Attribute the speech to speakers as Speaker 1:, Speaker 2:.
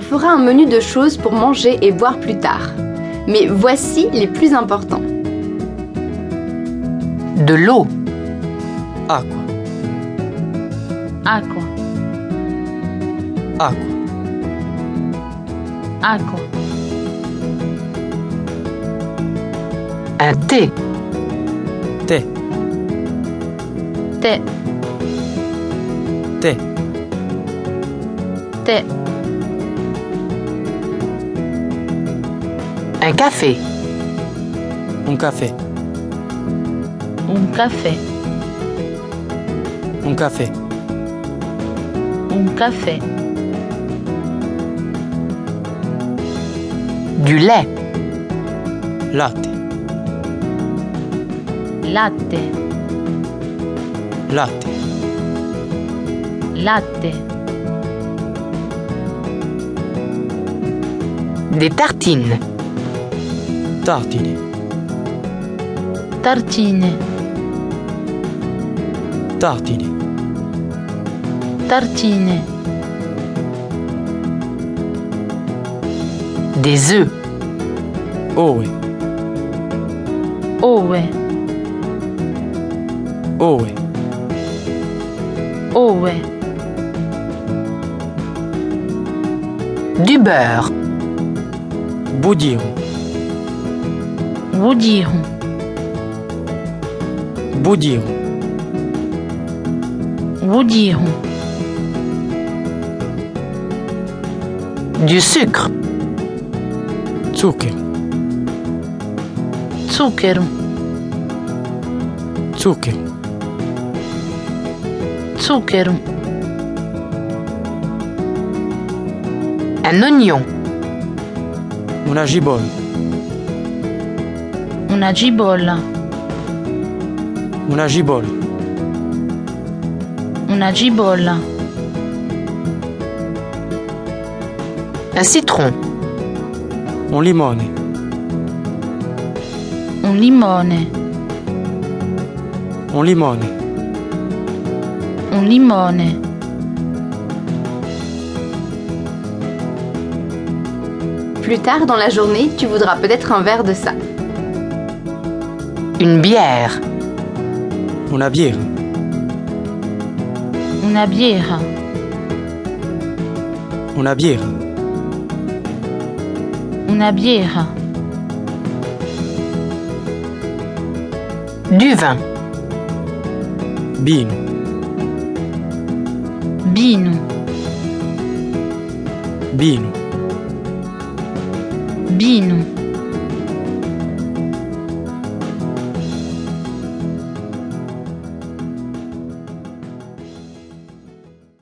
Speaker 1: fera un menu de choses pour manger et boire plus tard. Mais voici les plus importants.
Speaker 2: de l'eau,
Speaker 3: acqua,
Speaker 4: Acqua,
Speaker 3: acqua,
Speaker 4: acqua,
Speaker 2: un thé,
Speaker 3: tè,
Speaker 4: tè,
Speaker 3: tè,
Speaker 4: tè,
Speaker 2: un café,
Speaker 3: un caffè,
Speaker 4: un caffè,
Speaker 3: un caffè,
Speaker 4: un caffè,
Speaker 2: du lait,
Speaker 3: latte,
Speaker 4: latte,
Speaker 3: latte,
Speaker 4: latte,
Speaker 2: des tartines,
Speaker 3: tartine,
Speaker 4: tartine,
Speaker 3: tartine,
Speaker 4: tartine,
Speaker 2: des œufs,
Speaker 3: oe,
Speaker 4: oe,
Speaker 3: oe,
Speaker 4: oe,
Speaker 2: du beurre,
Speaker 3: budiron,
Speaker 4: budiron,
Speaker 3: budiron,
Speaker 4: budiron,
Speaker 2: du sucre,
Speaker 3: zucchero,
Speaker 4: zucchero,
Speaker 3: zucchero,
Speaker 4: zucchero,
Speaker 2: un oignon,
Speaker 3: una gibolla,
Speaker 4: una gibolla,
Speaker 3: una gibolla,
Speaker 4: una gibolla,
Speaker 2: un citron,
Speaker 3: un limone,
Speaker 4: un limone,
Speaker 3: un limone,
Speaker 4: un limone,
Speaker 1: Plus tard dans la journée, tu voudras peut-être un verre de ça.
Speaker 2: une bière,
Speaker 3: una biera,
Speaker 4: una biera,
Speaker 3: una biera,
Speaker 4: una biera,
Speaker 2: du vin,
Speaker 3: vino,
Speaker 4: vino,
Speaker 3: vino,
Speaker 4: vino,